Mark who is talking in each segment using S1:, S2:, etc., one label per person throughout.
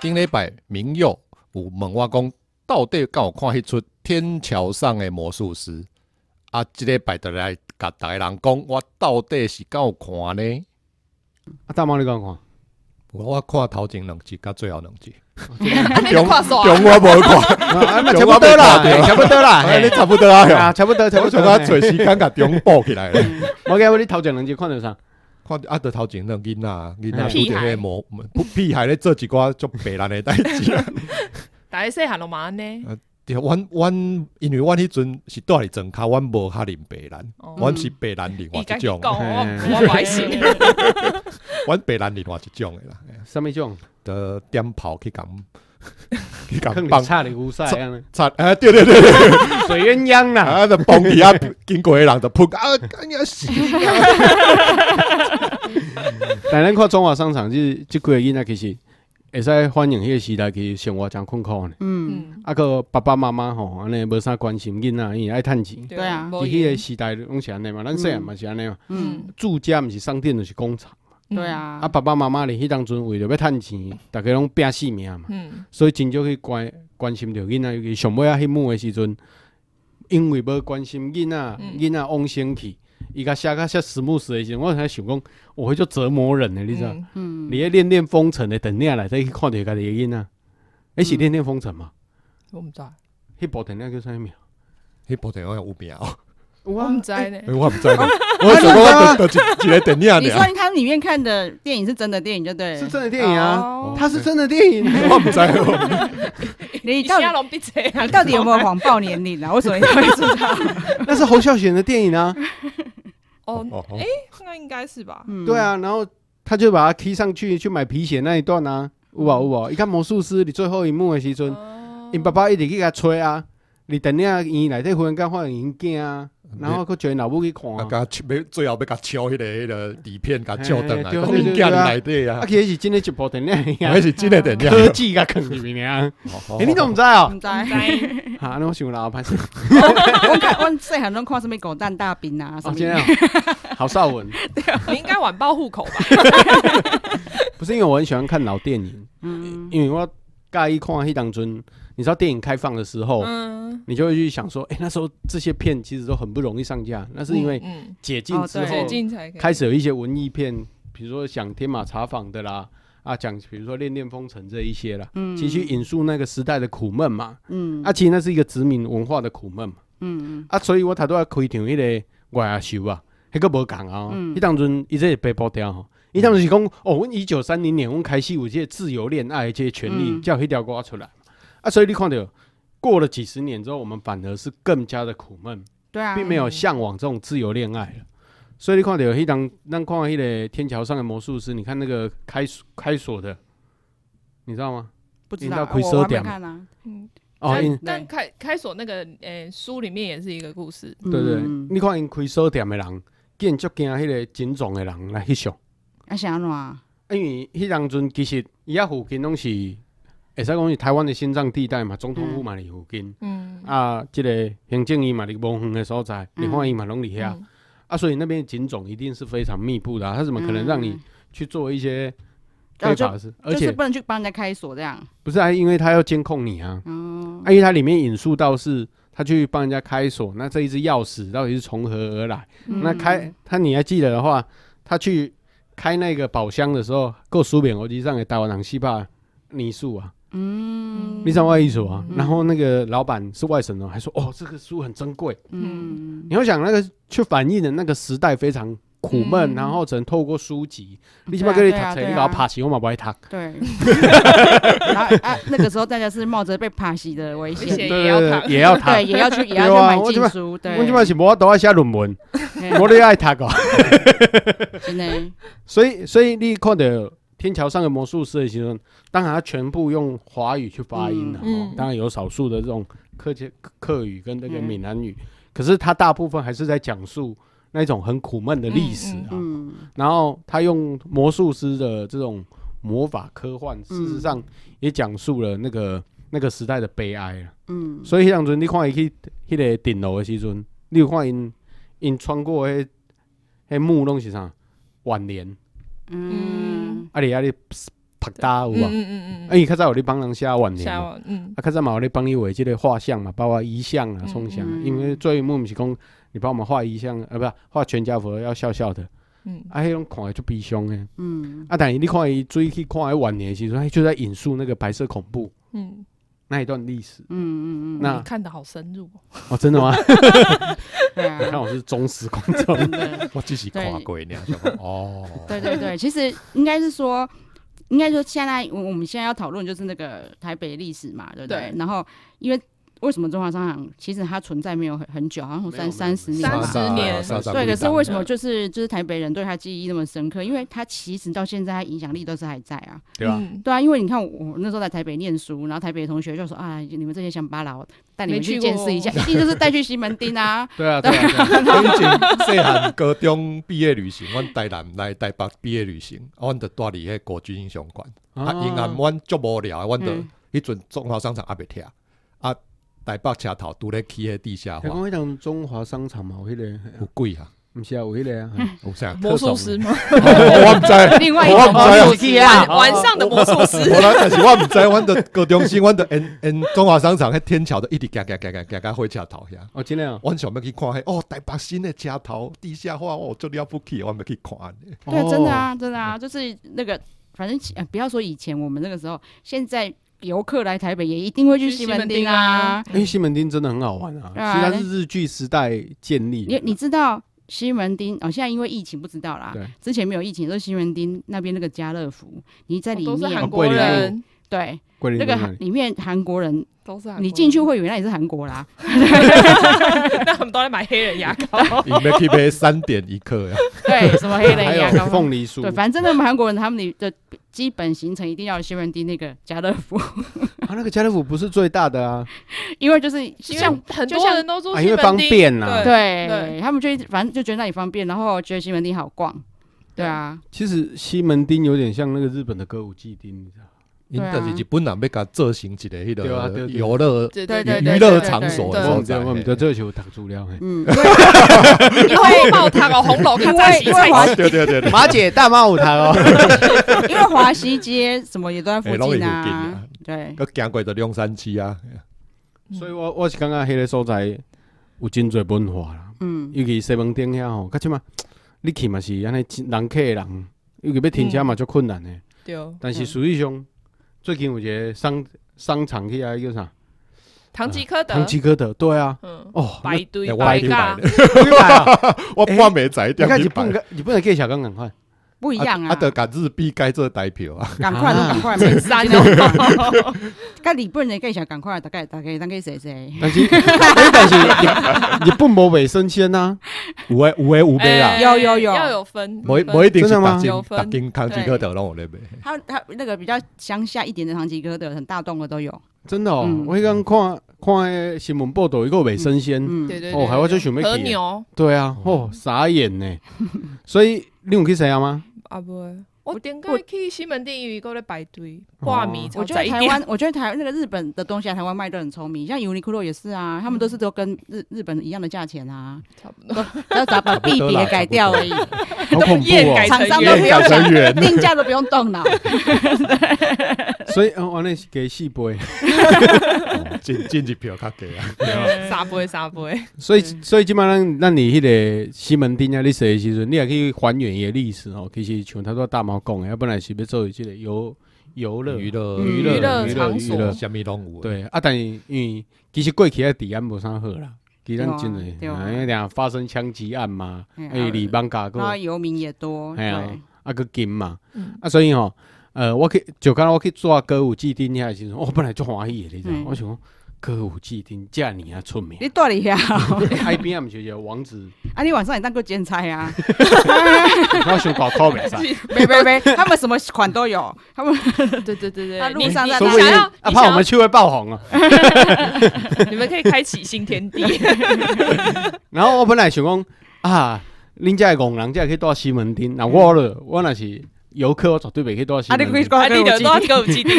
S1: 顶礼拜明佑有问我讲，到底敢有看迄出《天桥上的魔术师》？啊，即礼拜就来甲逐个人讲，我到底是敢有看呢？
S2: 啊，大毛 你讲看，
S1: 我看头前两集，甲最后两集，
S3: 啊
S4: 安尼就看煞
S1: 中我无看，
S2: 啊，那
S1: 中
S2: 差
S1: 我
S2: 不多啦，
S1: 没看到
S2: 差不多啦，
S1: 哎，
S2: 嘿
S1: 你差不多 啊
S2: 啊，。差不多，差
S1: 我
S2: 不
S1: 想
S2: 多。
S1: 讲找时间甲中补起来咧。
S2: 我给我你头前两集看到啥？
S1: 看啊，着头前两囡仔，囡仔
S2: 嗯
S1: 拄着迄个魔屁孩咧做一寡足白烂诶代志。
S4: 大家细汉都嘛安尼，
S1: 对，啊阮阮因为阮迄阵是住伫庄骹，阮无较啉白兰，
S4: 哦
S1: 阮是白兰另外
S4: 伊
S1: 一
S4: 家己讲，
S1: 种，
S4: 我
S2: 嘿
S4: 我歹信。
S1: 阮白兰另外一种诶啦，
S2: 什么种？
S1: 啊着点炮去共去
S2: 可
S1: 共
S2: 能
S1: 放
S2: 差的乌塞啊，
S1: 擦，啊对对对，
S2: 水鸳 鸯啦。
S1: 啊着崩去啊，经过诶人着扑啊，哎呀死！
S2: 但咱看中华商场即即几个囡仔，其实会使反映迄个时代，其实生活真困苦呢。
S3: 嗯，
S4: 嗯，
S2: 啊，个爸爸妈妈吼，安尼无啥关心囡仔，因为爱趁钱。
S4: 对
S3: 对啊
S4: 无
S2: 伫迄个
S4: 闲
S2: 时代拢是安尼嘛，咱细汉嘛是安尼嘛，
S3: 嗯，
S2: 住家毋是商店就是工厂。
S4: 嗯
S3: 对，
S2: 啊，
S3: 啊，
S2: 爸爸妈妈咧迄当阵为着要趁钱，逐个拢拼性命嘛，
S4: 嗯
S2: 所以真少去关关心着囡仔，尤其上尾啊迄幕的时阵，因为无关心囡仔，
S4: 嗯
S2: 囡仔往生去，伊甲写甲写死木死的时阵，我才想讲，我迄就折磨人的，你知道？
S4: 嗯，
S3: 嗯，
S2: 你咧恋恋风尘的电影内底去看着家己的囡仔，迄是恋恋风尘嘛？
S4: 我毋知，
S2: 迄部电影叫啥物名？
S1: 迄部电影有名哦，
S2: 有
S4: 我毋知呢
S1: 哎。我毋知呢，我想讲我着一一个电影
S3: 你
S1: 尔
S3: 说，他里面看的电影是真的电影就对
S2: 啊是
S3: 了，
S2: 真的电影啊，
S4: 哦
S2: 它是真的电 影。啊
S1: 我毋知哦。
S3: 你
S4: 一
S3: 到底
S4: 下拢闭嘴啊！
S3: 你到底有没有谎报年龄啊？为什么你会知道？
S2: 那是侯孝贤的电影啊，
S4: 嗯哦，
S1: 哦哦
S4: 哎，那应该是吧？
S3: 嗯
S2: 对，啊，然后他就把他踢上去去买皮鞋那一段啊，有无有无？伊看魔术师，你最后一幕的时阵，
S4: 哦
S2: 因爸爸一直去甲吹啊，你电影院内底忽然间发现因囝啊，然后佮叫因老母去看
S1: 啊，
S2: 啊，
S1: 甲切要最后要甲敲迄个迄个底片，甲敲倒来，
S2: 嘿对
S1: 讲恁
S2: 对对
S1: 囝
S2: 对啊
S1: 内底啊
S2: 啊，，其实是真的一部电影
S1: 还
S2: 啊，
S1: 是真诶电
S2: 科
S1: 影。
S2: 技甲坑入面啊，
S1: 哦
S2: 诶，你都毋知哦？
S3: 唔知。
S4: 不知
S2: 啊，那我想老歹 势，
S3: 我看我细汉拢看什么狗蛋大兵啊，什
S2: 哦，
S3: 么
S2: 真的哦， 郝邵文，
S4: 你应该晚报户口吧？
S2: 不是因为我很喜欢看老电影，
S3: 嗯，
S2: 因为我介意看迄当阵，你知道电影开放的时候，
S4: 嗯，
S2: 你就会去想说，哎、那时候这些片其实都很不容易上架，那是因为
S4: 嗯
S2: 解禁之
S3: 哦
S2: 后，
S3: 对
S4: 解禁才可以
S2: 开始有一些文艺片，比如说讲天马茶坊的啦，啊，讲比如说《恋恋风尘》这一些啦，
S3: 嗯
S2: 其实去引述那个时代的苦闷嘛，
S3: 嗯
S2: 啊，其实那是一个殖民文化的苦闷嘛，
S3: 嗯
S2: 啊，所以我头拄啊开场迄个外阿秀啊，迄个无共啊，
S3: 嗯
S2: 迄当阵伊这是被剥掉吼。伊当时是讲，哦，阮一九三零年，阮开始有这个自由恋爱的这些权利，
S3: 嗯
S2: 才有迄条歌出来。啊，所以你看到，过了几十年之后，我们反而是更加的苦闷，
S3: 对啊，
S2: 并没有向往这种自由恋爱了。所以你看到迄当，咱看迄个天桥上的魔术师，你看那个开锁开锁的，你知道吗？
S3: 不知
S2: 你到
S3: 道，
S2: 开
S3: 我
S2: 锁
S3: 还没
S2: 店
S3: 看啊，
S4: 嗯，
S2: 哦，因
S4: 但但开开锁那个呃书里面也是一个故事，
S2: 对对，
S3: 嗯
S2: 你看因开锁店的人，见足惊迄个警总的人来翕相，
S3: 啊想怎啊？
S2: 啊因为迄当阵其实伊遐附近拢是，会使讲是台湾的心脏地带嘛，总统府嘛伫附近，
S4: 嗯，
S2: 啊，即、个行政院嘛伫无远的所在，你
S3: 嗯
S2: 看伊嘛拢伫遐，
S4: 嗯
S2: 啊，所以那边的警总一定是非常密布的、啊，他怎么可能让你
S3: 嗯
S2: 去做一些
S3: 哦
S2: 非
S3: 就
S2: 法的事？而
S3: 就是
S2: 且
S3: 不能去帮人家开锁这样，
S2: 不是啊，因为他要监控你啊，
S3: 哦
S2: 啊，因为它里面引述到是他去帮人家开锁，那这一只钥匙到底是从何而来？
S3: 嗯
S2: 那开他你还记得的话，他去开那个宝箱的时候，够苏扁国际上的台湾人戏霸泥塑啊，
S3: 嗯
S2: 你知道外艺术啊。
S3: 嗯
S2: 然后那个老板是外省人，还说哦这个书很珍贵。
S3: 嗯
S2: 你要想那个去反映的那个时代非常苦闷，
S4: 嗯
S2: 然后只能透过书籍，你起
S3: 对
S2: 码
S3: 啊
S2: 跟你读
S3: 对啊
S2: 册，
S3: 对啊
S2: 你搞爬行我嘛不爱读。
S3: 对， 然后啊那个时候大家是冒着被扒洗的危
S4: 危
S3: 险
S4: 险。
S2: 对
S4: 也
S2: 对
S4: 要
S2: 对
S4: 读
S2: 也 要读。
S3: 对，也要去，也要
S2: 对啊
S3: 去买
S2: 我这
S3: 禁
S2: 边
S3: 书。对，
S2: 我即摆是无多爱写论 文，
S3: 嘿
S2: 我咧爱读哦。
S3: 真的，
S2: 所以，所以你看到《天桥上的魔术师》的时候，当然他全部用华语去发音了、
S4: 嗯
S2: 哦
S4: 嗯
S2: 当然有少数的这种客家客语跟那个闽南语，可是他大部分还是在讲述那种很苦闷的历史啊。
S3: 嗯
S2: 然后他用魔术师的这种魔法科幻，事实
S4: 嗯
S2: 上也讲述了那个那个时代的悲哀啊了。
S3: 嗯，
S2: 所以迄当阵你看伊去迄个顶楼的时阵，你有看因因穿过迄迄幕拢是啥？挽联。
S3: 嗯
S2: 啊，你啊你读大有
S4: 嗯
S2: 无？
S4: 嗯嗯嗯
S2: 啊，伊较早有咧帮人写晚
S4: 嗯，
S2: 年
S4: 下
S2: 嘛，
S4: 网嗯
S2: 啊，较早嘛有咧帮你画即个画像嘛，包括遗像啊、
S4: 嗯
S2: 冲像，
S3: 嗯
S2: 因为做一幕毋是讲你帮我们画遗像，啊，不是画全家福要笑笑的，
S4: 嗯，
S2: 啊，迄种看来就悲伤诶。
S3: 嗯，
S2: 啊，但是你看伊追去看伊晚年的时阵，他就在引述那个白色恐怖
S4: 嗯，
S2: 那一段历史。
S3: 嗯嗯嗯，
S2: 那
S4: 你看的好深入哦，
S2: 哦，真的吗？ 你
S3: 对
S2: 看
S3: 啊，
S2: 我是忠实观 众
S3: 真的，
S1: 我只是
S3: 对
S1: 看过而已想说哦，
S3: 对对对，其实应该是说，应该说现在我我们现在要讨论就是那个台北历史嘛，对不对？
S4: 对
S3: 然后因为为什么中华商场其实它存在没有很很久，好
S2: 没
S3: 像
S2: 有没
S3: 三
S2: 有
S3: 三十年
S4: 三
S3: 吧
S4: 十。年
S1: 三十
S3: 对，可是为什么
S4: 了
S3: 就是就是台北人对他记忆那么深刻？因为他其实到现在他影响力都是还在啊。
S2: 对 吧？
S4: 嗯
S3: 对啊，因为你看我我那时候在台北念书，然后台北的同学就说啊，你们这些乡巴佬，带你们
S4: 没去
S3: 去见识一下， 一定就是带去西门町啊，
S2: 对啊，对啊，对啊
S1: 我以前细汉高中毕业旅行，阮台南来台北毕业旅行，啊，阮就住伫迄国军英雄馆。啊，因暗阮足无聊的，阮
S3: 嗯
S1: 就迄阵中华商场也袂拆，啊，台北车头拄咧起迄地下
S2: 听
S1: 化，
S2: 讲迄栋中华商场嘛，有迄个，
S1: 有鬼啊！
S2: 毋是啊，有迄个啊，
S1: 有啥
S4: 魔 术师，吗？
S1: 特种的我毋知，
S3: 另外一
S1: 我
S3: 种
S1: 不知啊
S3: 模式啊
S2: 哦
S4: 晚晚上的魔术师，
S1: 我啦，但是我毋知，阮的高中心，阮的沿沿中华商场迄天桥的一直行行行行行到火车头遐。
S2: 哦，真的啊，
S1: 阮想要去看迄哦，台北新的车头地下化，哦，足了不起，我要去看。
S3: 对，真的
S2: 哦，
S3: 啊，真的啊，就是那个，反正、呃、不要说以前我们那个时候，现在游客来台北也一定会去西门町
S4: 哦
S3: 啊。
S2: 因为西门町真的很好玩啊，其
S3: 对啊
S2: 实它是日剧时代建立
S3: 你
S2: 的，
S3: 你知道西门町哦？现在因为疫情不知道啦
S2: 对。
S3: 之前没有疫情，都是西门町那边那个家乐福，你在里
S4: 哦都是韩
S3: 面
S4: 国
S2: 哦
S4: 人，
S3: 对
S2: 桂林
S3: 那个
S2: 在那
S3: 韩
S2: 里
S3: 里面韩国人，
S4: 都是韩国人
S3: 你进去， 会以为那里是韩国啦。
S4: 那他们都在买黑人牙膏，
S1: 伊要去买三点一刻呀，
S3: 对，什么黑
S2: 还
S3: 人牙
S2: 有
S3: 膏。
S2: 凤梨酥
S3: 对，，反正那们韩国人他们的基本行程一定要西门町那个家乐福，
S2: 啊，那个家乐福不是最大的啊，
S3: 因为 就是
S4: 因
S3: 像
S4: 为很
S3: 就
S4: 多
S3: 像
S4: 人都住
S2: 啊，
S4: 西
S2: 因为
S4: 门
S2: 方
S4: 町，
S2: 便啊。
S4: 对
S3: 对
S4: 对
S3: 他们就一直反正就觉得那里方便，然后觉得西门町好逛。对啊，
S2: 其实西门町有点像那个日本的歌舞伎町，你知道吗
S1: 因
S3: 对啊
S1: 但是日本人要甲做成一个迄
S2: 对啊对
S1: 个
S2: 对
S1: 游乐
S4: 对
S3: 对对
S1: 娱乐场所
S4: 对
S1: 的
S2: 我
S4: 对
S1: 所
S2: 们
S1: 在
S2: 在。我们在这球打足料，嘿
S3: 嗯，因为
S4: 因为泡汤哦，红楼看在洗
S3: 因为哦华
S1: 啊对对对对，
S2: 马姐大妈舞台哦，
S3: 因为华西街什么也都在附
S1: 哎 拢会
S3: 近
S1: 附近
S3: 啊
S1: 啊。
S3: 对，
S1: 佮行过着两三期啊，
S2: 所以
S4: 嗯
S2: 我我是感觉迄个所在有真侪文化啦，
S3: 嗯，
S2: 尤其西门町遐吼，较即嘛，你去嘛是安尼人客的人，尤其要停车嘛足困难的。
S4: 对，哦
S2: 但是实际上，最近有一个商商场去啊叫啥？
S4: 唐吉诃德，
S2: 唐吉诃德，对啊，
S4: 嗯，
S2: 哦，
S4: 白堆
S1: 哎我
S4: 白
S1: 也去买
S4: 尬
S1: 了，
S2: 你买啊
S1: 我半暝仔
S2: 你
S1: 点
S2: 看
S1: 去
S2: 日
S1: 买
S2: 本跟日本的计小刚赶快，
S3: 不一样
S1: 啊，
S3: 啊，
S1: 得甲日币改做台票啊，
S3: 赶快都
S2: 啊
S3: 赶快买
S4: 三
S3: 哦。跟日本人介绍赶快，大概大概大概谁谁，
S2: 但是 哎但是日日本无卖生鲜啊呐，
S1: 有诶有诶有买
S2: 啊
S1: 啦，
S4: 哎
S3: 有有有
S4: 要有分，
S1: 无
S4: 分
S1: 无一定是
S2: 真的吗
S1: 逐
S4: 有
S1: 间
S4: 分
S1: 逐间康吉克德拢有咧买，
S3: 他他那个比较乡下一点的唐吉诃德，很大栋的都有。
S2: 真的哦
S3: 嗯，
S2: 我迄天看看迄新闻报道，伊个卖生鲜，
S3: 嗯，
S4: 对对
S2: 哦还有就想要去
S4: 和牛
S2: 对啊，哦傻眼呢，所以你有去谁啊吗？
S4: 啊不会，我点解去西门町有一个在排队，
S2: 哦
S4: 挂米
S3: 我
S4: 超
S3: 觉得
S4: 窄一
S3: 台
S4: 点，
S3: 湾，我觉得台那个日本的东西，啊，台湾卖的很聪明，像 Uniqlo 也是啊，他们都是都跟日日本一样的价钱啊，
S4: 差不多，
S3: 只要只要把币别改掉而已。
S2: 好 恐怖
S4: 燕
S2: 哦
S4: 改！
S3: 厂
S4: 成
S3: 商都
S4: 员
S1: 改
S3: 不用
S1: 成
S3: 想，
S1: 圆，
S3: 定价都不用动脑。
S2: 所以嗯，我那是给细杯，
S1: 哦进进去票较低啊，
S4: 啥不会啥不会，
S2: 所以
S3: 嗯
S2: 所以基本上，咱你迄个西门町啊，你说的时阵，你也可以还原伊的历史哦。其实像他说大毛讲的，要本来是要做即个游游乐
S1: 娱乐
S3: 嗯
S2: 娱
S4: 娱乐
S2: 娱
S4: 场
S2: 娱乐
S4: 所，
S1: 啥物拢有。，
S2: 对啊，但是因为其实过去的治安无啥好啦，其实咱真诶，
S3: 对啊
S2: 哎俩发生枪击案嘛，
S3: 嗯
S2: 哎李邦加
S3: 然后
S2: 个，
S3: 游民也多，
S2: 哎
S3: 对，
S2: 呀，啊个金嘛
S4: 嗯，
S2: 啊所以吼，呃，我去就刚我去做歌舞伎町遐的时阵，哦我本来就欢喜的，你知道吗
S3: 嗯，
S2: 我想讲歌舞伎町遮尔啊出名
S3: 你，到底呀？
S2: 海 边啊毋是有一个王子，
S3: 啊，你晚上也当过兼差啊？
S2: 我想搞靠 袂使。
S3: 没没没，他们什么款都有，他们
S4: 对对对
S3: 他
S4: 对，
S3: 路
S4: 你
S3: 上
S4: 你
S3: 在
S2: 说
S3: 打
S2: 不
S4: 想
S2: 定
S4: 要
S2: 啊，
S4: 你
S2: 怕我
S4: 想
S2: 们
S4: 要，
S2: 去会爆红啊。
S4: 你们可以开启新天 地，
S2: 然后我本来想讲啊，恁遮的戆人，遮去住西门町，那我了，我若是游客，我绝对袂去住西
S3: 啊，
S2: 门
S3: 你
S2: 町。
S3: 可以
S4: 啊，
S3: 搞
S4: 你
S3: 给我
S4: 的都
S3: 记
S4: 要给我记 定，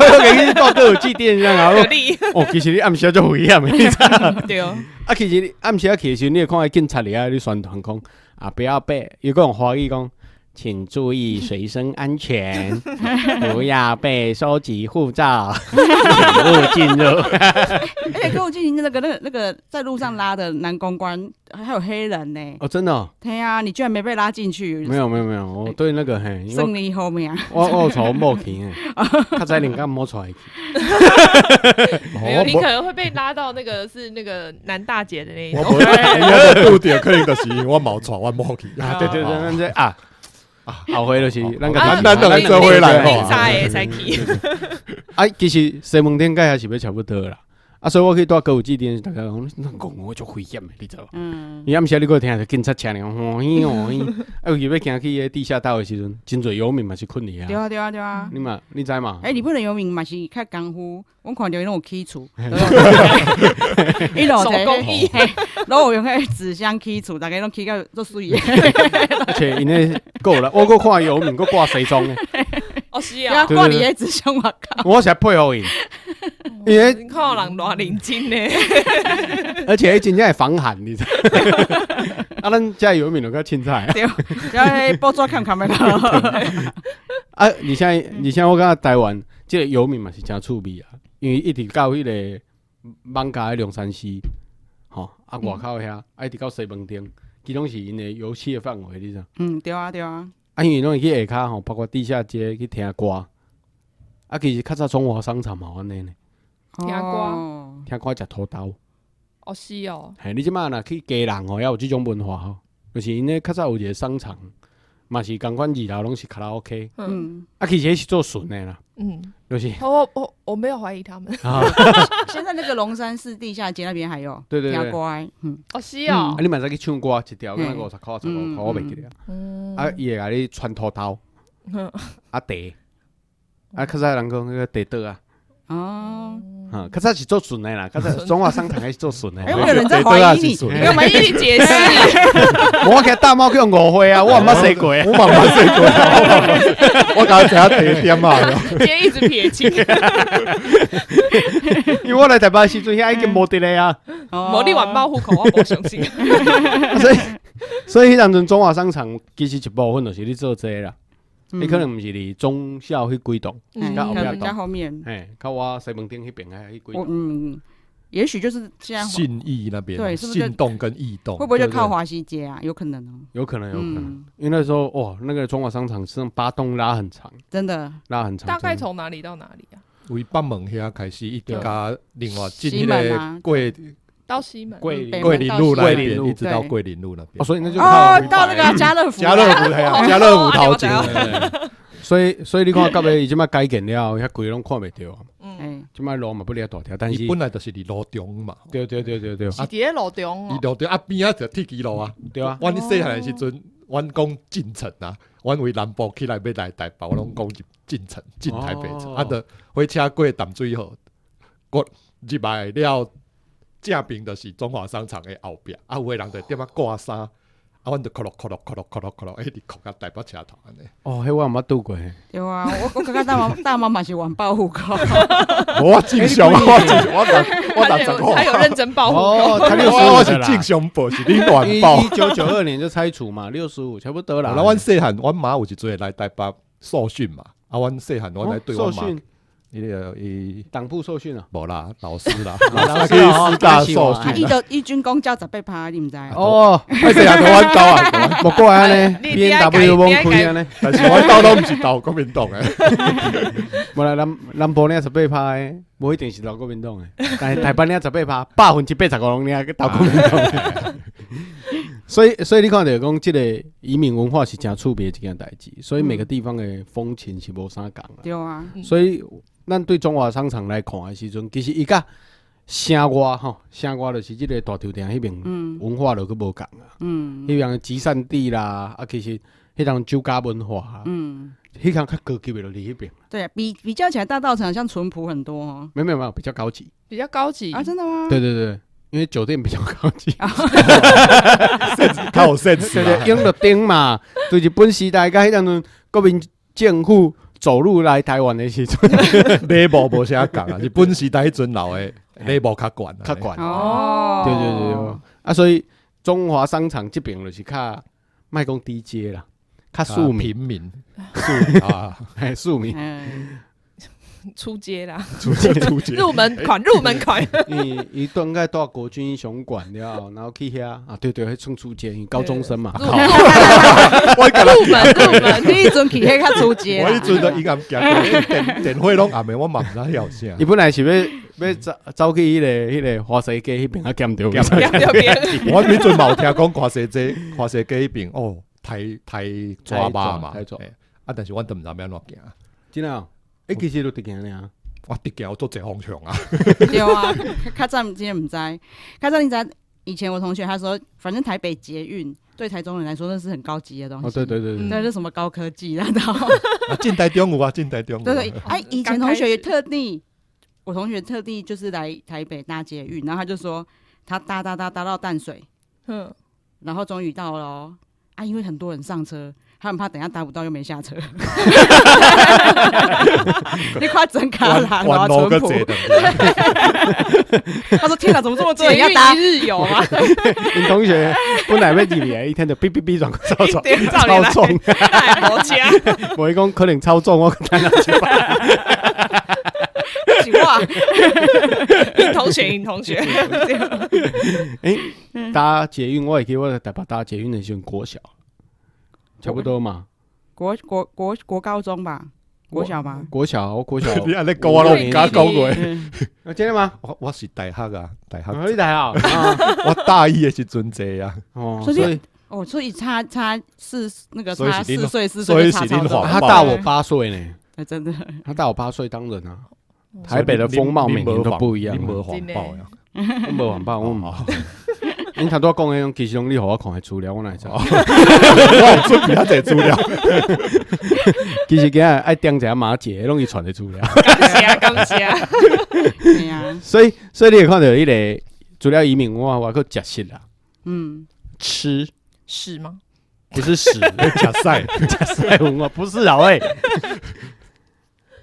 S2: 我给你到都有祭奠这样啊
S4: 有
S2: 我。
S4: 力，
S2: 哦，其实你暗时就危险的，你 知道
S4: 对哦，
S2: 啊，其实你暗时啊，其实你会看到警察嚟啊，你宣传讲啊，不要背，又讲华语讲，
S5: 请注意随身安 全，不要被收集护照，请勿进 入。
S3: 而且哎跟我进行那个那个那个在路上拉的男公关，还有黑人呢、
S2: 哦，真的哦、
S3: 对呀、你居然没被拉进去，
S2: 没有没有没有，我对那个嘿，因为
S3: 胜利后面啊，
S2: 我我从莫去嘿，较早灵感摸出来去，
S4: 没有，你可
S1: 我
S4: 能会被拉到那个是那个男大姐的那一
S1: 我
S4: 种。
S1: 无，我无拄着，可能就是因为我毛喘，我毛去。
S2: 啊，对对对，咱这啊啊，后悔就是咱个
S1: 啊咱咱咱做回来吼
S4: 啥诶，才去。
S2: 啊，其实西门町街也是要差不多啦。啊，所以我去带歌舞伎店，大家讲，你讲我足危险的，你知道无？
S3: 嗯，
S2: 伊暗时你搁听着警察车呢，欢喜欢喜。啊，有时要行去迄地下道的时阵，真侪游民嘛是困去
S3: 对
S2: 啊。
S3: 啊对啊对啊。
S2: 你嘛，你知嘛
S3: 哎、？你不能游民嘛是较功夫，我看到伊拢有起 厝，伊
S4: 手工艺，
S3: 然后我用迄纸箱起厝，大家拢起到做水的。
S2: 而且因咧够啦，我搁看游民，搁挂西装的，
S4: 哦是
S3: 对啊，
S4: 啊，
S2: 对
S3: 挂你迄纸箱嘛，靠，
S2: 我是配合伊。因为
S4: 你看人偌认真呢。
S2: 而且迄真正会防寒，你 知道？啊，咱遮游民就较凊彩啊。
S3: 对，然后迄报纸看看咪到。
S2: 啊，而且而且我感觉台湾即个游民嘛是诚趣味啊，因为一直到迄个网咖的龙山寺，吼啊外口遐，啊一直到西门町，其拢是因的游戏的范围，你知道？
S3: 嗯，对啊对啊，
S2: 啊，因为拢会去下骹吼，包括地下街去听歌。啊，其实较早中华商场嘛有安尼呢，
S3: 听
S4: 歌
S3: 哦、
S2: 听歌食土豆。
S4: 哦是哦，
S2: 嘿，你即摆若去家人吼，也有即种文化吼，就是因咧较早有一个商场，嘛是共款二楼拢是卡拉 OK，
S4: 嗯
S3: 嗯，
S2: 啊，其实那是做纯的啦，
S4: 嗯，
S2: 就是
S4: 我我我没有怀疑他们。
S2: 啊，
S3: 现在那个龙山寺地下街那边还有，
S2: 对对对
S3: 听歌嗯的，嗯，
S4: 哦是哦
S2: 啊，，你嘛使去唱歌一条，
S3: 嘿
S2: 敢若五十箍、十五箍，我袂记得啊。
S4: 嗯
S2: 啊，伊会甲你穿土豆，
S4: 嗯
S2: 啊茶，啊较早人讲迄个茶桌啊，
S3: 哦，
S4: 嗯
S2: 哈，较早是做纯的啦，较早中华商场还是做纯的。
S3: 哎，
S2: 我
S3: 我有人在
S2: 啊
S3: 怀疑你，
S1: 对
S3: 没有
S4: 我们一起解 释，
S2: 我给大猫叫误会啊，我毋捌说过 啊。
S1: 我慢慢说过啊，我慢慢说过我刚才提点啊，
S4: 今天一直撇清，
S2: 因为我来台北的时阵遐已经无伫咧啊，
S3: 哦
S4: 魔力
S2: 嗯
S4: 晚报户口我不相信。
S2: 啊所以所以迄当阵中华商场其实一部分就是咧做这个啦，
S3: 嗯，
S2: 伊可能毋是伫中校迄几栋，
S3: 嗯
S2: 较后
S3: 可
S2: 壁
S3: 能
S2: 栋
S3: 在，后面，
S2: 嘿，较我西门町迄边遐迄几
S3: 我
S2: 栋，
S3: 嗯，也许就是现在会
S1: 信义那边啊，
S3: 对是不是就
S1: 信动跟义动
S3: 不，会就靠
S2: 对对
S3: 华西街啊？有可能哦，
S2: 有可能有可能。
S3: 嗯，
S2: 因为那时候哇，那个中华商场是八栋拉很长，
S3: 真的，
S2: 拉很长，
S4: 大
S2: 真
S4: 概
S2: 的
S4: 从哪里到哪里啊？
S1: 为北门遐开始，一直
S2: 对
S1: 加另外进
S3: 西
S1: 迄
S3: 门
S1: 个
S3: 啊
S1: 桂
S4: 到西嗯门。
S2: 桂林
S3: 北
S1: 桂林路那
S2: 桂林
S1: 边，
S2: 路
S1: 一直到
S3: 对
S1: 桂林路那边
S2: 哦，。所以那就靠
S3: 哦，到那个家乐福
S1: 家
S3: 啊，
S1: 乐福嘿啊，家乐福头前
S4: 哦
S2: 对对对所以所以你看到尾伊即摆改建了，遐鬼拢看袂着啊，
S4: 嗯，
S3: 哎，
S2: 即摆路嘛不哩大条，但是
S1: 伊本来就是伫路中嘛，
S2: 对对对对对啊
S4: 是伫咧路中
S1: 伊
S4: 哦。
S1: 路中啊边啊就铁机路啊。
S2: 对啊，
S1: 阮细汉诶时阵，阮讲进城啊，阮为南部起来要来台北，我拢讲入进城，进台北城，
S2: 哦
S1: 啊，着火车过淡水河，过入来了，正边就是中华商场诶后壁，啊，有诶人就点啊挂衫，啊，阮就咳落咳落咳落咳落咳落，一直咳到台北车头安尼。
S2: 哦，迄我毋捌拄过，嘿
S3: 对啊，我我刚刚大妈大妈嘛是晚报户口，
S1: 我正常，我正我六我
S4: 他
S1: 六十
S4: 有他有认真报户口，
S2: 哦，他六十
S1: 我
S2: 五
S1: 我是正常报，是你
S2: 一
S1: 乱报。
S2: 一九九二年就拆除嘛， 六十五差不多啦
S1: 然。后阮细汉，阮妈有一阵来台北受训嘛，啊，阮细汉
S2: 哦
S1: 我来对
S2: 受
S1: 阮妈，
S2: 训，
S1: 伊个伊。
S2: 党部受训啊，
S1: 无啦，老师啦，
S2: 老
S1: 老
S2: 师
S1: 师
S2: 哦
S1: 去师大受
S3: 啊，伊
S1: 训啦。
S3: 就伊军工教十八趴，你毋知？
S4: 啊
S3: 哦，
S2: 哦，
S1: 哎，这样都阮兜啊，
S2: 莫怪安 尼
S4: 你你
S2: ，B N
S4: 要改
S2: W
S4: 你
S2: 崩
S4: 要改
S2: 溃安尼。
S1: 但是阮兜都毋是斗国民党诶。
S2: 无啦，南南部领十八趴的，无一定是老国民党 诶，但是台北领十八趴，百分之八十五拢领老国民党 的。所以，所以你看到讲，即个移民文化是真趣味的一件代志，所以每个地方的风情是无啥共啦。
S3: 对啊，
S4: 嗯
S2: 所以，咱对中华商场来看的时阵，其实伊甲城外吼，城外就是即个大球场迄边
S3: 嗯
S2: 文化就佫无共啊，
S3: 嗯
S2: 迄边的集散地啦，啊，其实迄种酒家文化啊，
S3: 嗯，
S2: 迄项较高级的就伫迄边，
S3: 对啊，比比较起来，大道城好像淳朴很多哦。
S2: 没有没有没有比较高级。
S4: 比较高级
S3: 啊，真的吗？
S2: 对对对，因为酒店比较高级，
S3: 啊
S1: 较有 sense
S2: 对对，
S1: 啦。
S2: 用着顶嘛， 对日本时代甲迄当阵国民政府走路来台湾的时阵
S1: 礼貌无啥共啊，日本时代迄阵老诶礼貌较悬啊，
S2: 较悬，
S3: 哦，
S2: 对对对对，啊，所以中华商场这边就是较卖讲低阶啦，较庶民，
S1: 平民，庶啊，
S2: 嘿庶民，
S3: 嗯，
S4: 出 街啦，
S1: 出街出街，
S4: 入门款，入门款，
S2: 伊伊应该到国军英雄馆了，然后去遐啊，对对，迄冲出街，因为高中生嘛，
S4: 入入入门入 门，
S3: 你迄阵去迄较出街
S1: 我迄阵都应该行过，电电话拢暗暝我嘛毋知晓啥
S2: 伊。本来是要要走走去迄个迄个花西街迄边啊，捡着，
S1: 捡
S4: 两条边，
S1: 我迄阵嘛有听讲看西街，看西街迄边哦，太太抓吧嘛，
S2: 太抓
S1: 嘿啊，但是阮都毋知要安怎行，
S2: 真的哦，伊其实都伫行俩，
S1: 我直行我做这方向啊，
S3: 对啊，较早真的唔知，较早你知以前我同学他说，反正台北捷运对台中人来说那是很高级的东西。
S2: 哦，对对对对，
S3: 那是什么高科技啦？然后，
S1: 啊，近代中午啊，近代中午，
S3: 对对，哎、以前
S4: 哦刚
S3: 同
S4: 开始
S3: 学也特地，我同学特地就是来台北搭捷运，然后他就说他搭搭搭搭到淡水，
S4: 嗯，
S3: 然后终于到了、哦、啊，因为很多人上车，他很怕等一下搭不到又没下车。 你快整卡啦，
S1: 弯
S3: 然
S1: 弯路
S3: 后淳
S1: 个
S3: 朴。
S1: 坐等下，
S3: 他说：“天哪，怎么这么多
S4: 捷
S3: 人要
S4: 运
S3: 搭
S4: 一？日游啊 嘛，
S2: 因同学本来要入来，伊听着哔哔哔转过操
S4: 一
S2: 作，
S4: 点照
S2: 超
S4: 你来，
S2: 重，
S4: 太摩哎家，
S2: 无伊讲可能超重，我
S3: 请话，
S4: 尹 同学，尹同学，
S2: 搭捷运，我会记我在台北搭捷运的时阵国小，差不多嘛，
S3: 国国国国高中吧，国小吧。
S2: 国小国小，
S1: 你安尼讲我拢毋敢讲 过，
S3: 嗯
S2: 啊真的吗？
S1: 我我是大学啊，大学，
S2: 啊你台啊，啊
S1: 我大一的时阵坐啊，
S2: 哦，所
S3: 所以
S2: 以
S3: 哦，所以差差四那个
S1: 所以
S3: 差
S1: 是恁
S3: 四岁四
S1: 所以
S3: 岁
S1: 是
S3: 差
S1: 恁谎
S3: 超多
S1: 报，
S2: 啊他大我八岁呢，
S3: 哎真的。
S2: 他大我八岁，当然啊，
S3: 哦
S2: 台北的风貌每年都不一样
S1: 你
S2: 啊。哦
S1: 无环保呀，
S2: 我无环保，我唔好。因头拄仔讲诶，种其实拢你互我看诶资料，我哪会知？
S1: 我出比较侪资料，
S2: 其实今日爱点一下马姐，拢伊传诶资 料。
S4: 刚下刚下，
S3: 对呀，
S2: 所以，所以你会看到迄个资料移民我我佮食食啦，
S3: 嗯，
S2: 吃
S4: 是吗？
S2: 不是 屎，
S1: 假赛，
S2: 食屎文化不是啊喂，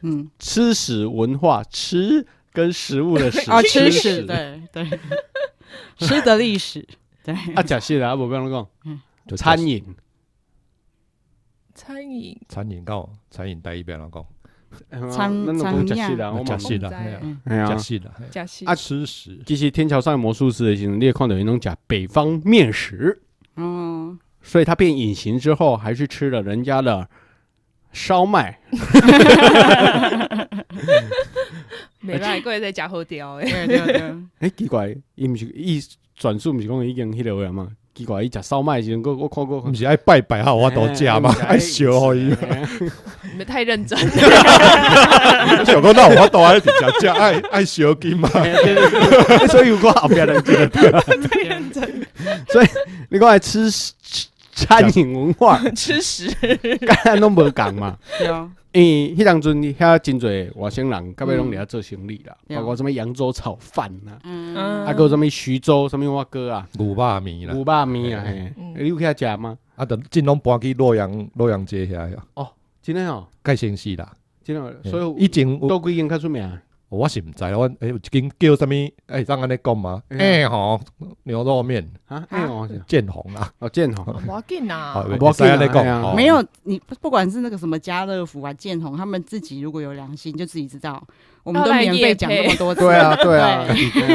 S3: 嗯，
S2: 吃屎文化，吃跟食物的 屎
S3: 哦，吃屎， 对对，吃的历 史，对，
S2: 啊，食食啦，啊无要安怎
S1: 就
S2: 讲？餐饮
S4: 餐饮
S1: 餐饮到餐饮第一边来讲，
S3: 餐
S2: 咱就食
S3: 餐
S2: 食
S3: 饮
S2: 啦，我嘛
S1: 假
S2: 食
S1: 戏啦，嘿啊
S2: 啊
S1: 假。戏啦，嘿
S4: 假戏
S2: 啊
S1: 吃食
S2: 其实天桥上的魔术师的时候，你也看到有那种讲北方面食，
S3: 哦，
S2: 所以他变隐形之后，还是吃了人家的烧麦。
S4: 没来过在假好 雕诶，
S3: 对对对，
S2: 哎、奇怪，伊毋是伊转述毋是讲已经迄个位嘛？奇怪，伊食烧麦的时阵，我我看过，
S1: 毋是爱拜拜哈，我都食嘛，爱烧互伊。
S4: 你们太认真了，
S1: 想讲那我都爱直接食，爱爱烧金嘛。
S2: 所以我后壁人记得，
S4: 太认真，
S2: 你讲来吃吃餐饮文化，
S4: 吃屎，
S2: 干拢无共嘛。
S3: 有，
S2: 因为迄当阵遐真侪外省人，到尾拢伫遐做生意啦，
S3: 嗯
S2: 包括什物扬州炒饭啦，
S3: 嗯，
S2: 啊，还有什物徐州，什物我哥啊，
S1: 牛肉面啦
S2: 牛，肉面啊，嘿，
S4: 嗯
S2: 你有去遐食吗？
S1: 啊，就尽拢搬去洛阳洛阳街遐呀，
S2: 真诶哦，
S1: 介先是啦。
S2: 真诶哦，所以
S1: 以前有
S2: 都几间较出名。啊
S1: 我是毋知啦，阮诶有一间叫啥物，诶，当安尼讲嘛，
S2: 哎
S1: 诶吼牛肉面
S2: 啊，哎哦，是啊
S1: 建宏啦，
S2: 哦，建宏，
S4: 不要紧
S1: 好
S4: 啊，
S2: 啊
S1: 袂使安尼
S2: 不要紧
S1: 讲，
S2: 啊
S1: 哦
S3: 没有，你不不管是那个什么家乐福啊、建宏，他们自己如果有良心，就自己知道，我们都
S4: 要来
S3: 免
S4: 业
S3: 费讲
S4: 配
S3: 那么 多次，
S2: 对啊，对 啊，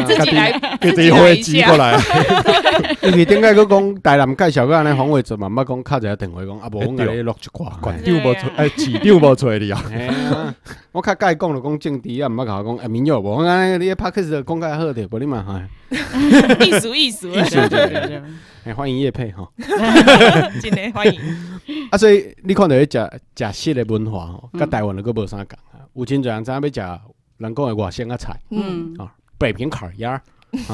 S4: 自己来，
S1: 给
S4: 自己
S1: 这
S4: 来
S1: 回
S4: 一
S1: 寄
S4: 下
S1: 过。来，
S2: 因为顶摆佫讲台南介绍个安尼黄伟哲嘛，毋捌讲敲一个电话讲，啊无阮
S1: 哎
S2: 甲你录一
S1: 馆
S2: 寡。
S1: 长无找，诶，市长无找你啊，
S2: 嘿啊我较甲伊讲就讲政治啊，毋捿甲我讲啊民谣无，我安尼你拍 case 讲较好者，无你嘛哎哈，
S4: 艺术 艺术，
S3: 对对对对，
S2: 嘿哎欢迎叶配吼。
S4: 今天欢迎。
S2: 啊，所以你看到迄食食食的文化吼，甲台湾的佫无啥共啊。有真侪人知影要食人讲的外省啊菜，
S4: 嗯，
S3: 嗯，
S2: 北平烤鸭啊，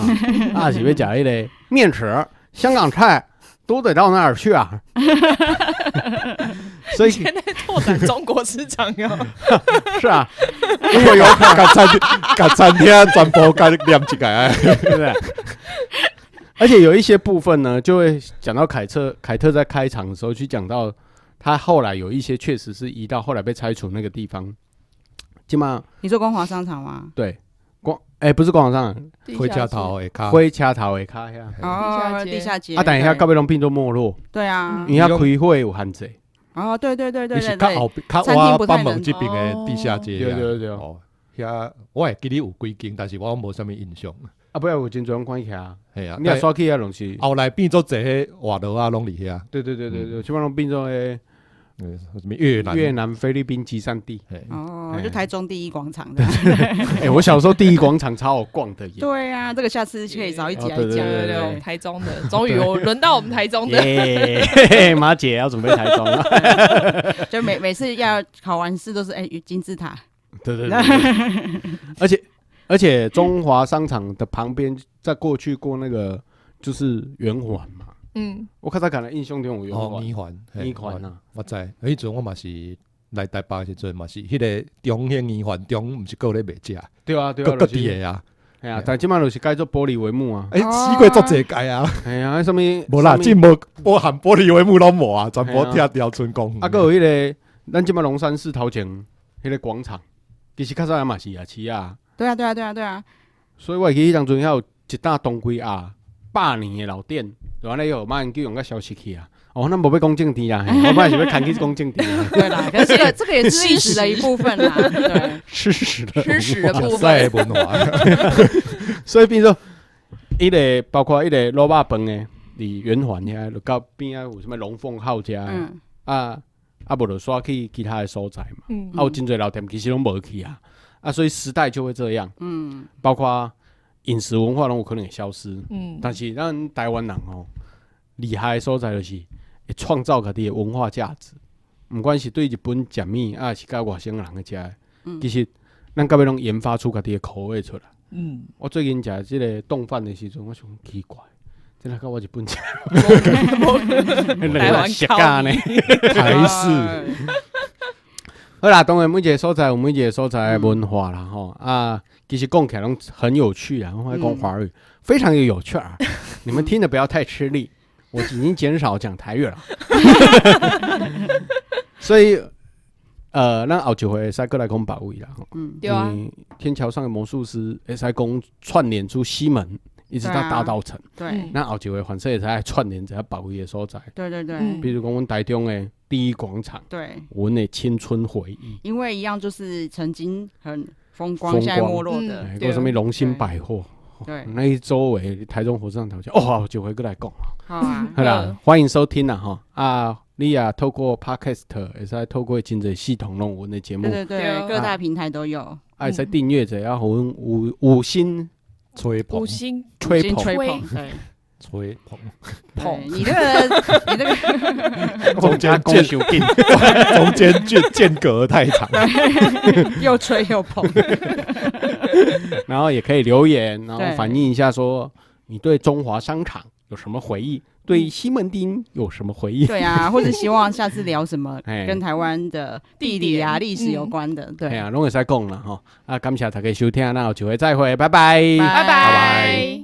S2: 啊是要食迄个面食、香港菜，都得到那儿去啊。 所以
S4: 现在拓展中国市场哟，
S2: 是啊，
S1: 如果有甲餐甲餐厅全部甲念一个 啊，
S2: 对不对？而且有一些部分呢，就会讲到凯特，凯特在开场的时候去讲到，他后来有一些确实是移到后来被拆除那个地方，起码
S3: 你说光华商场吗？
S2: 对光哎、不是广场上，
S1: 嗯回家头诶卡，
S2: 灰掐头的卡遐。
S3: 哦，
S4: 地
S3: 地
S4: 下
S3: 下街，
S2: 啊，等一下，
S3: 对
S2: 到尾拢变做没落，
S3: 对啊
S2: 因，为遐开会有限制，
S1: 你
S3: 哦，对对对对
S1: 伊
S3: 对
S1: 是较
S3: 对，
S1: 后边较
S3: 餐厅
S1: 我
S3: 不太
S1: 北门
S3: 能哦
S1: 即边的地下街
S2: 对
S1: 啊。
S2: 对对对
S1: 哦，遐我会记得有几间，但是我无啥物印象。
S2: 啊，不要有真侪人关起啊，
S1: 系啊，
S2: 你
S1: 但哦
S2: 若刷起啊，拢是，
S1: 后来变做这些活路啊，拢伫遐，
S2: 对对对对对，基本上变做诶
S1: 嗯，什么越嗯南
S2: 越南、菲律宾集散 地。
S1: 嘿
S3: 哦，
S2: 哎
S3: 就台中第一广场 的。
S2: 哎，我小时候第一广场超好逛的耶，
S3: 对啊，这个下次可以找一集来
S2: 哦对
S3: 讲。
S4: 对
S2: 对
S4: 对
S2: 对
S4: 对，台中的，终于我轮到我们台中 的，
S2: 耶，嘿嘿马姐要准备台 中了。
S3: 就每每次要考完试都是哎金字塔，
S2: 对对对对，而且而且中华商场的旁边，在过去过那个就是圆环嘛，
S4: 嗯，
S2: 我看他可能印象中有圆
S1: 哦，
S2: 环，
S1: 米环，嘿哦
S2: 你款，啊，
S1: 我我知，迄阵我嘛是来台北的时阵嘛是，迄个中兴米环中毋是够咧卖食，
S2: 对啊对啊，
S1: 各各
S2: 就是
S1: 地，的啊，
S2: 哎呀，但即摆就是改做玻璃帷幕啊，
S1: 诶，
S3: 哦
S1: 死过足济届啊，
S2: 哎呀，什么
S1: 无啦，
S2: 什
S1: 真
S2: 么
S1: 无无含玻璃帷幕拢无啊，全部
S2: 嘿
S1: 拆
S2: 啊
S1: 掉春公园。
S2: 啊，还有迄个咱即摆龙山寺头前迄个广场，其实较早也嘛是夜市啊，
S3: 对啊对啊对啊对啊，
S2: 所以我会记迄当阵遐有一大冬瓜啊，百年的老店，然后咧有马英哦九用甲消失去啊，哦，咱无要讲政治啊，嘿 我本来是要牵去讲政治啊。
S3: 对啦，可是这个这个也是历史的一部分 啦，对，
S2: 吃屎的
S4: 吃屎的 部
S1: 食屎的
S4: 分，
S1: 文化，
S2: 所以变做伊个包括迄个卤肉饭诶，伫圆环遐，就到边啊有什物龙凤号遮、
S3: 嗯，
S2: 啊啊，无就刷去其他诶所在嘛。
S4: 嗯，
S2: 啊，有真侪老店其实拢无去啊，啊，所以时代就会这样，
S3: 嗯，
S2: 包括饮食文化拢有可能会消失。
S4: 嗯，
S2: 但是咱台湾人吼、厉害诶所在就是会创造家己诶文化价值，毋管是对日本食物，啊是甲外省人诶食的，
S3: 嗯
S2: 其实咱到尾拢研发出家己诶口味出来。
S4: 嗯，
S2: 我最近食即个冻饭的时阵，我想奇怪，真来甲我日本食，
S4: 台湾
S2: 食
S4: 靠
S2: 呢
S4: 你？
S1: 台式
S3: 是，
S2: 好啦，当然每一个所在有每一个所在的文化
S4: 嗯
S2: 啦吼、啊，其实讲起来拢很有趣啊，我还
S4: 嗯
S2: 讲华语、非常有有趣啊， 你们听的不要太吃力，我已经减少讲台语了， 所以呃，咱后一回会使过来讲别位啦吼。
S3: 嗯，
S4: 对啊，
S2: 嗯天桥上的魔术师会使讲串联出西门，一直到
S3: 对啊
S2: 大道城。
S3: 对
S2: 咱后一回反正会使来串联一下别位的所在，
S3: 对对对
S4: 嗯
S2: 比如讲阮台中的第一广场，
S3: 对，
S2: 阮的青春回忆，
S3: 因为一样就是曾经很风光，
S2: 风光
S3: 现在没落的，
S4: 嗯
S2: 哎，
S4: 对
S2: 有什么龙兴百货，
S3: 啊对，嗯
S2: 那一周围台中火车站头前，哦，好就回过来讲了，
S3: 好 啊，
S2: 好啦
S4: 嗯，
S2: 欢迎收听啦吼啊，你也透过 Podcast，会使透过真侪系统弄阮的节目
S3: 对，嗯对对，
S4: 对
S3: 各大平台都有，
S2: 啊，会使订阅者，啊，互阮五五星
S1: 吹捧
S4: 五星，
S2: 吹
S3: 先
S2: 捧，
S3: 吹
S4: 吹
S3: 捧， 对，
S1: 吹捧，
S3: 对你那个你那个
S1: 中间
S2: 讲
S1: 间
S2: 收紧，
S1: 中间间间隔太长，
S3: 又吹又捧，
S2: 然后也可以留言，然
S3: 对
S2: 后反映一下说你对中华商场有什么回
S3: 嗯
S2: 忆，对西门町有什么回忆。
S3: 对啊，或者希望下次聊什么
S2: 哎
S3: 跟台湾的地理啊、
S4: 地点
S3: 历史有关的，对
S2: 哎。呀，拢会使讲啦吼。啊，感谢大家收听，那有机会再会，拜拜。
S3: 拜
S4: 拜拜。